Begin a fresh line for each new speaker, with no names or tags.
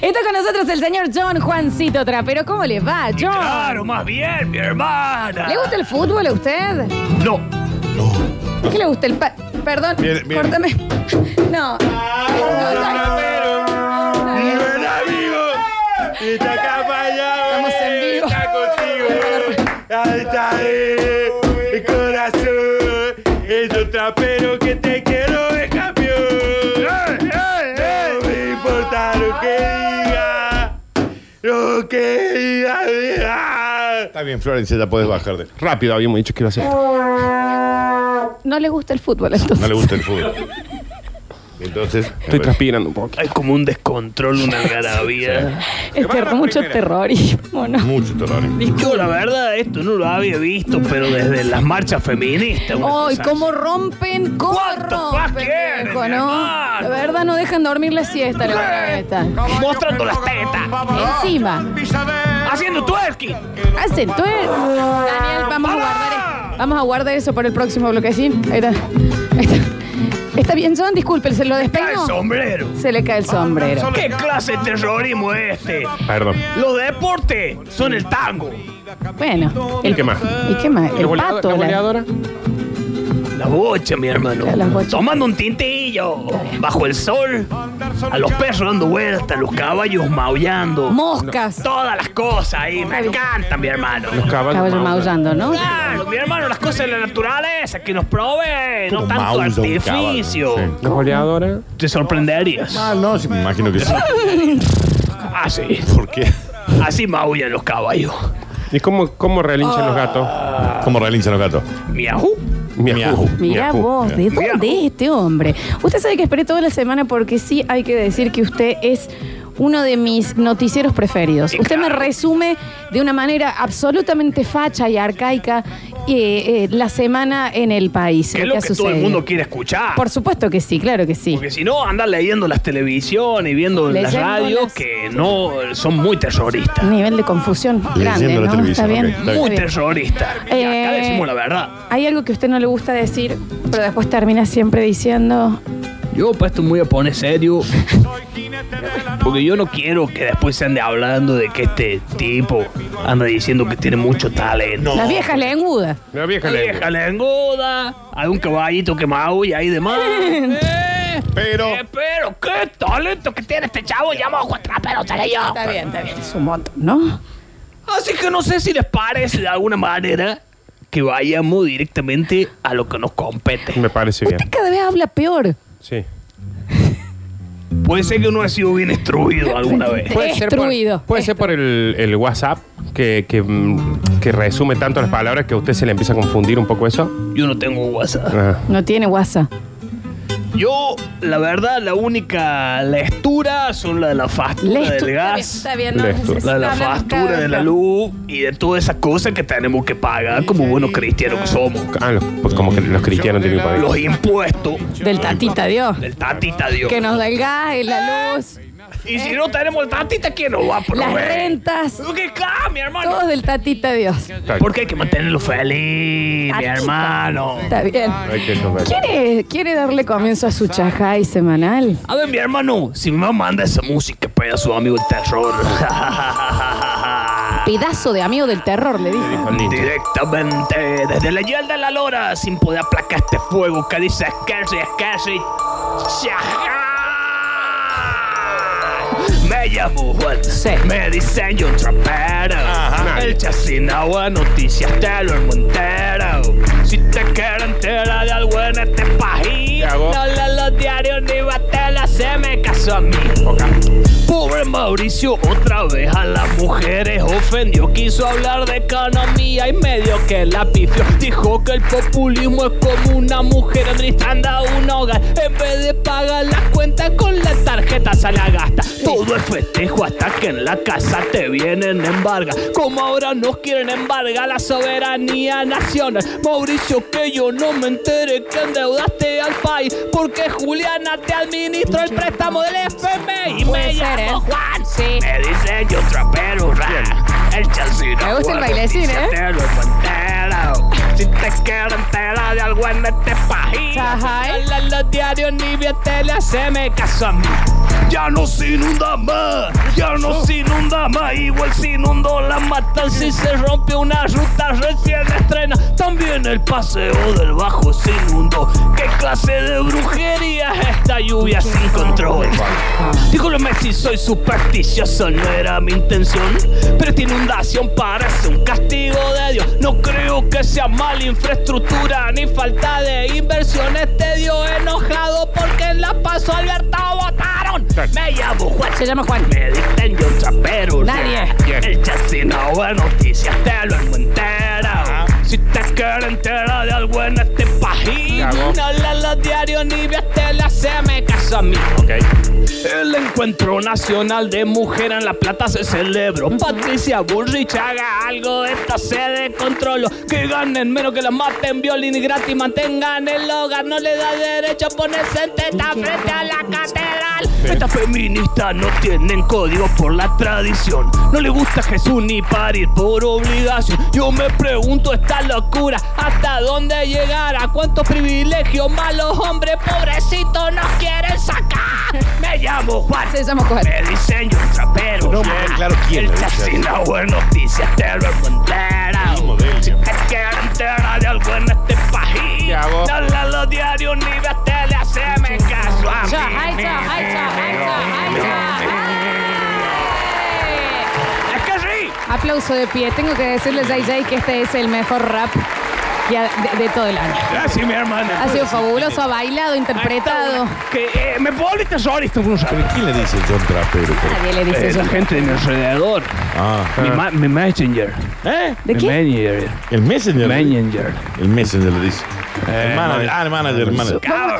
Está con nosotros el señor John Juancito Trapero. ¿Cómo le va, John?
Claro, más bien, mi hermana.
¿Le gusta el fútbol a usted?
No.
¿Qué le gusta el pa- Perdón,
Bien, bien.
córtame. No.
¡Buen amigo! ¡Está acá para allá,
Estamos
güey.
en vivo.
¡Está contigo! eh. ¡Ahí está, eh, mi corazón! ¡Es un trapero que te quiero de campeón! ¡No me importa lo que diga! ¡Lo que diga, diga!
Está bien, Florencia, ya puedes bajar de. Rápido, habíamos dicho que iba a hacer. esto.
No le gusta el fútbol, entonces.
No le gusta el fútbol. Entonces.
Estoy transpirando un
Ah,
poco.
Hay como un descontrol, una algarabía.
Es
va a la
ter- mucho
primera.
terrorismo, ¿no?
Mucho eh. dolor.
Yo, la verdad, esto no lo había visto, pero desde las marchas feministas. una
Ay,
cosa
cómo rompen, cómo
¿Cuánto más
rompen,
quieren,
viejo,
mi
¿no? La
hermano?
verdad no dejan dormir la siesta, la verdad esta.
así. Mostrando las tetas.
Encima,
Haciendo twerking.
hacen todo. Daniel, vamos a guardar, e-, vamos a guardar eso para el próximo bloque, ¿sí? Ahí está. Ahí está. ¿Está bien, John? Disculpe, ¿se lo
Está el
despeino?
sombrero.
Se le cae el sombrero.
¿Qué clase de terrorismo es este?
Perdón.
Los deportes son el tango.
Bueno. el-
¿Qué más?
¿Y qué más?
¿La
El
goleadora?
pato.
¿La
la-
goleadora?
La bocha, mi hermano.
La- las bochas.
Tomando un tintillo bajo el sol. A los perros dando vueltas, los caballos maullando.
Moscas.
Todas las cosas ahí. Me encantan, mi hermano.
Los caballos.
Caballo maullando, ¿no?
Claro, mi hermano, las cosas de la naturaleza que nos provee, no
¿Cómo
tanto
maulla un
artificio.
caballo?
¿La goleadora?
Te sorprenderías.
Ah, no, sí, me imagino que sí.
Así,
¿Por qué?
así maullan los caballos.
¿Y cómo, cómo relinchan los gatos?
¿Cómo relincha los gatos?
Miajú.
Miau.
Mirá
Miau.
vos, ¿de
Mirá.
dónde es este hombre? Usted sabe que esperé toda la semana porque sí hay que decir que usted es uno de mis noticieros preferidos.
Y
Usted me
claro.
resume de una manera absolutamente facha y arcaica eh, eh, la semana en el país.
Que es lo que todo el
sucedido.
mundo quiere escuchar.
Por supuesto que sí, claro que sí.
Porque si no, andan leyendo las televisiones y viendo las
Leyendo
radios
las-
que no son muy terroristas.
Un nivel de confusión grande,
la
¿no? Está
televisión,
bien.
ok, está
Muy
Está bien.
terroristas. Y acá
Eh,
decimos la verdad.
Hay algo que a usted no le gusta decir, pero después termina siempre diciendo,
Yo para esto me voy a poner serio. Porque yo no quiero que después se ande hablando de que este tipo anda diciendo que tiene mucho talento.
las viejas lengudas.
La vieja
Una
lengua.
vieja lengoda, hay un caballito que maulla y demás. Eh,
Pero-
eh, pero, qué talento que tiene este chavo, llama a trapero, seré yo.
Está bien, está bien. Es un montón, ¿no?
Así que no sé si les parece de alguna manera que vayamos directamente a lo que nos compete.
Me parece bien.
Usted cada vez habla peor.
Sí.
Puede ser que uno ha sido bien instruido alguna vez.
Destruido.
por, puede ser por el, el WhatsApp que, que, mm, que resume tanto las palabras que a usted se le empieza a confundir un poco eso.
Yo no tengo WhatsApp.
Ah.
No tiene WhatsApp.
Yo, la verdad, la única lectura son la de la factura
Lestu-
del gas,
Está bien, está
Lestu-
bien.
la de la factura de la luz y de todas esas cosas que tenemos que pagar como buenos cristianos que somos.
Ah, los- pues como que los cristianos tienen que pagar.
Los impuestos
Del tatita Dios.
del tatita Dios.
Que eh. nos da el gas, y la luz,
Y si no tenemos el tatita, ¿quién nos va a proveer?
las rentas.
Lo que claro, mi hermano.
Todo del tatita Dios.
Está bien.
Porque hay que mantenerlo feliz, mi
Tatita.
hermano.
Está bien.
Hay que eso ver.
¿Quiere, quiere darle comienzo a su chajay semanal?
A ver, mi hermano, si mi mamá manda esa música para su amigo el terror.
Pedazo de amigo del terror, le dije.
Con Nietzsche.
Directamente desde la yelda de la lora, sin poder aplacar este fuego que dice escarse y escarse y chajá. Me llamo Juan,
Sí.
me dicen John Trapero. El chasinagua, noticias te lo armo entero. Si te quiero entera de algo en este país,
¿Qué hago?
no lees los diarios ni batela, se me casó a mí. Pobre Mauricio, otra vez a las mujeres ofendió. Quiso hablar de economía y medio que la pifió. Dijo que el populismo es como una mujer administrando un hogar. En vez de pagar las cuentas con la tarjeta se la gasta. Todo es festejo hasta que en la casa te vienen embarga. Como ahora nos quieren embargar la soberanía nacional. Mauricio, que yo no me entere que endeudaste al país. Porque Juliana te administró el préstamo del FMI.
Puede ser, ¿eh?
Juan.
Sí.
Me dice yo trapero, ra. El chancino.
Me gusta el bailecín, ¿eh?
Te lo entero. Si te quiero enterar de algo en este país,
Ajá, ¿eh?
en los diarios ni vía tele, haceme caso a mí. Ya no se inunda más, ya no se inunda más, igual se inundó la matan si se rompe una ruta recién estrena. También el paseo del bajo se inundó. ¿Qué clase de brujería es esta lluvia sin control? Dígalo Messi, soy supersticioso, no era mi intención. Pero esta inundación parece un castigo de Dios. No creo que sea mala infraestructura ni falta de inversiones. Te dio enojado porque en la paso Alberta votaron. Me llamo Juan.
Se llama Juan.
Me dicen yo un chapero.
Nadie.
El chasis no es noticia, te lo hago entera. Si te quieres enterar de algo en este país,
Bravo.
no leas los diarios ni veas tele, se me caso a mí. El encuentro nacional de mujer en La Plata se celebró. Patricia Burrich haga algo de esta sede controlo. Que ganen menos que la maten, violín y gratis mantengan el hogar. No le da derecho a ponerse en teta frente a la catedral. Estas feministas no tienen código por la tradición. No le gusta Jesús ni parir por obligación. Yo me pregunto esta locura, ¿hasta dónde llegará? ¿Cuántos privilegios malos hombres pobrecitos nos quieren sacar? Me llamo Juan.
Se llama Juan.
Me dicen yo un trapero.
No,
ya.
bien, claro, ¿quién
El
lo dice?
chasina buena noticia te lo encontrará.
Mismo de él, siempre.
Es que entera de algo en este país.
hago?
No la los diarios ni la tele, haceme caso a
Ya,
mí.
ahí está, ahí está, ahí está, ahí está.
Es que sí.
Aplauso de pie. Tengo que decirle, JJ, que este es el mejor rap que ha- de, de todo el año.
Gracias, mi hermana.
Ha sido fabuloso, ha bailado, interpretado.
Que, eh, me puedo ahorita ahorita, no sabes.
¿Quién le dice John Trapero?
Nadie le dice
Eh,
eso.
la gente de mi alrededor.
Ah,
Mi, ma- mi messenger. ¿Eh?
¿De
mi
qué?
Manager.
el Messenger.
Messenger.
El Messenger le dice. El manager. Ah, el manager, el manager.
Cabrón.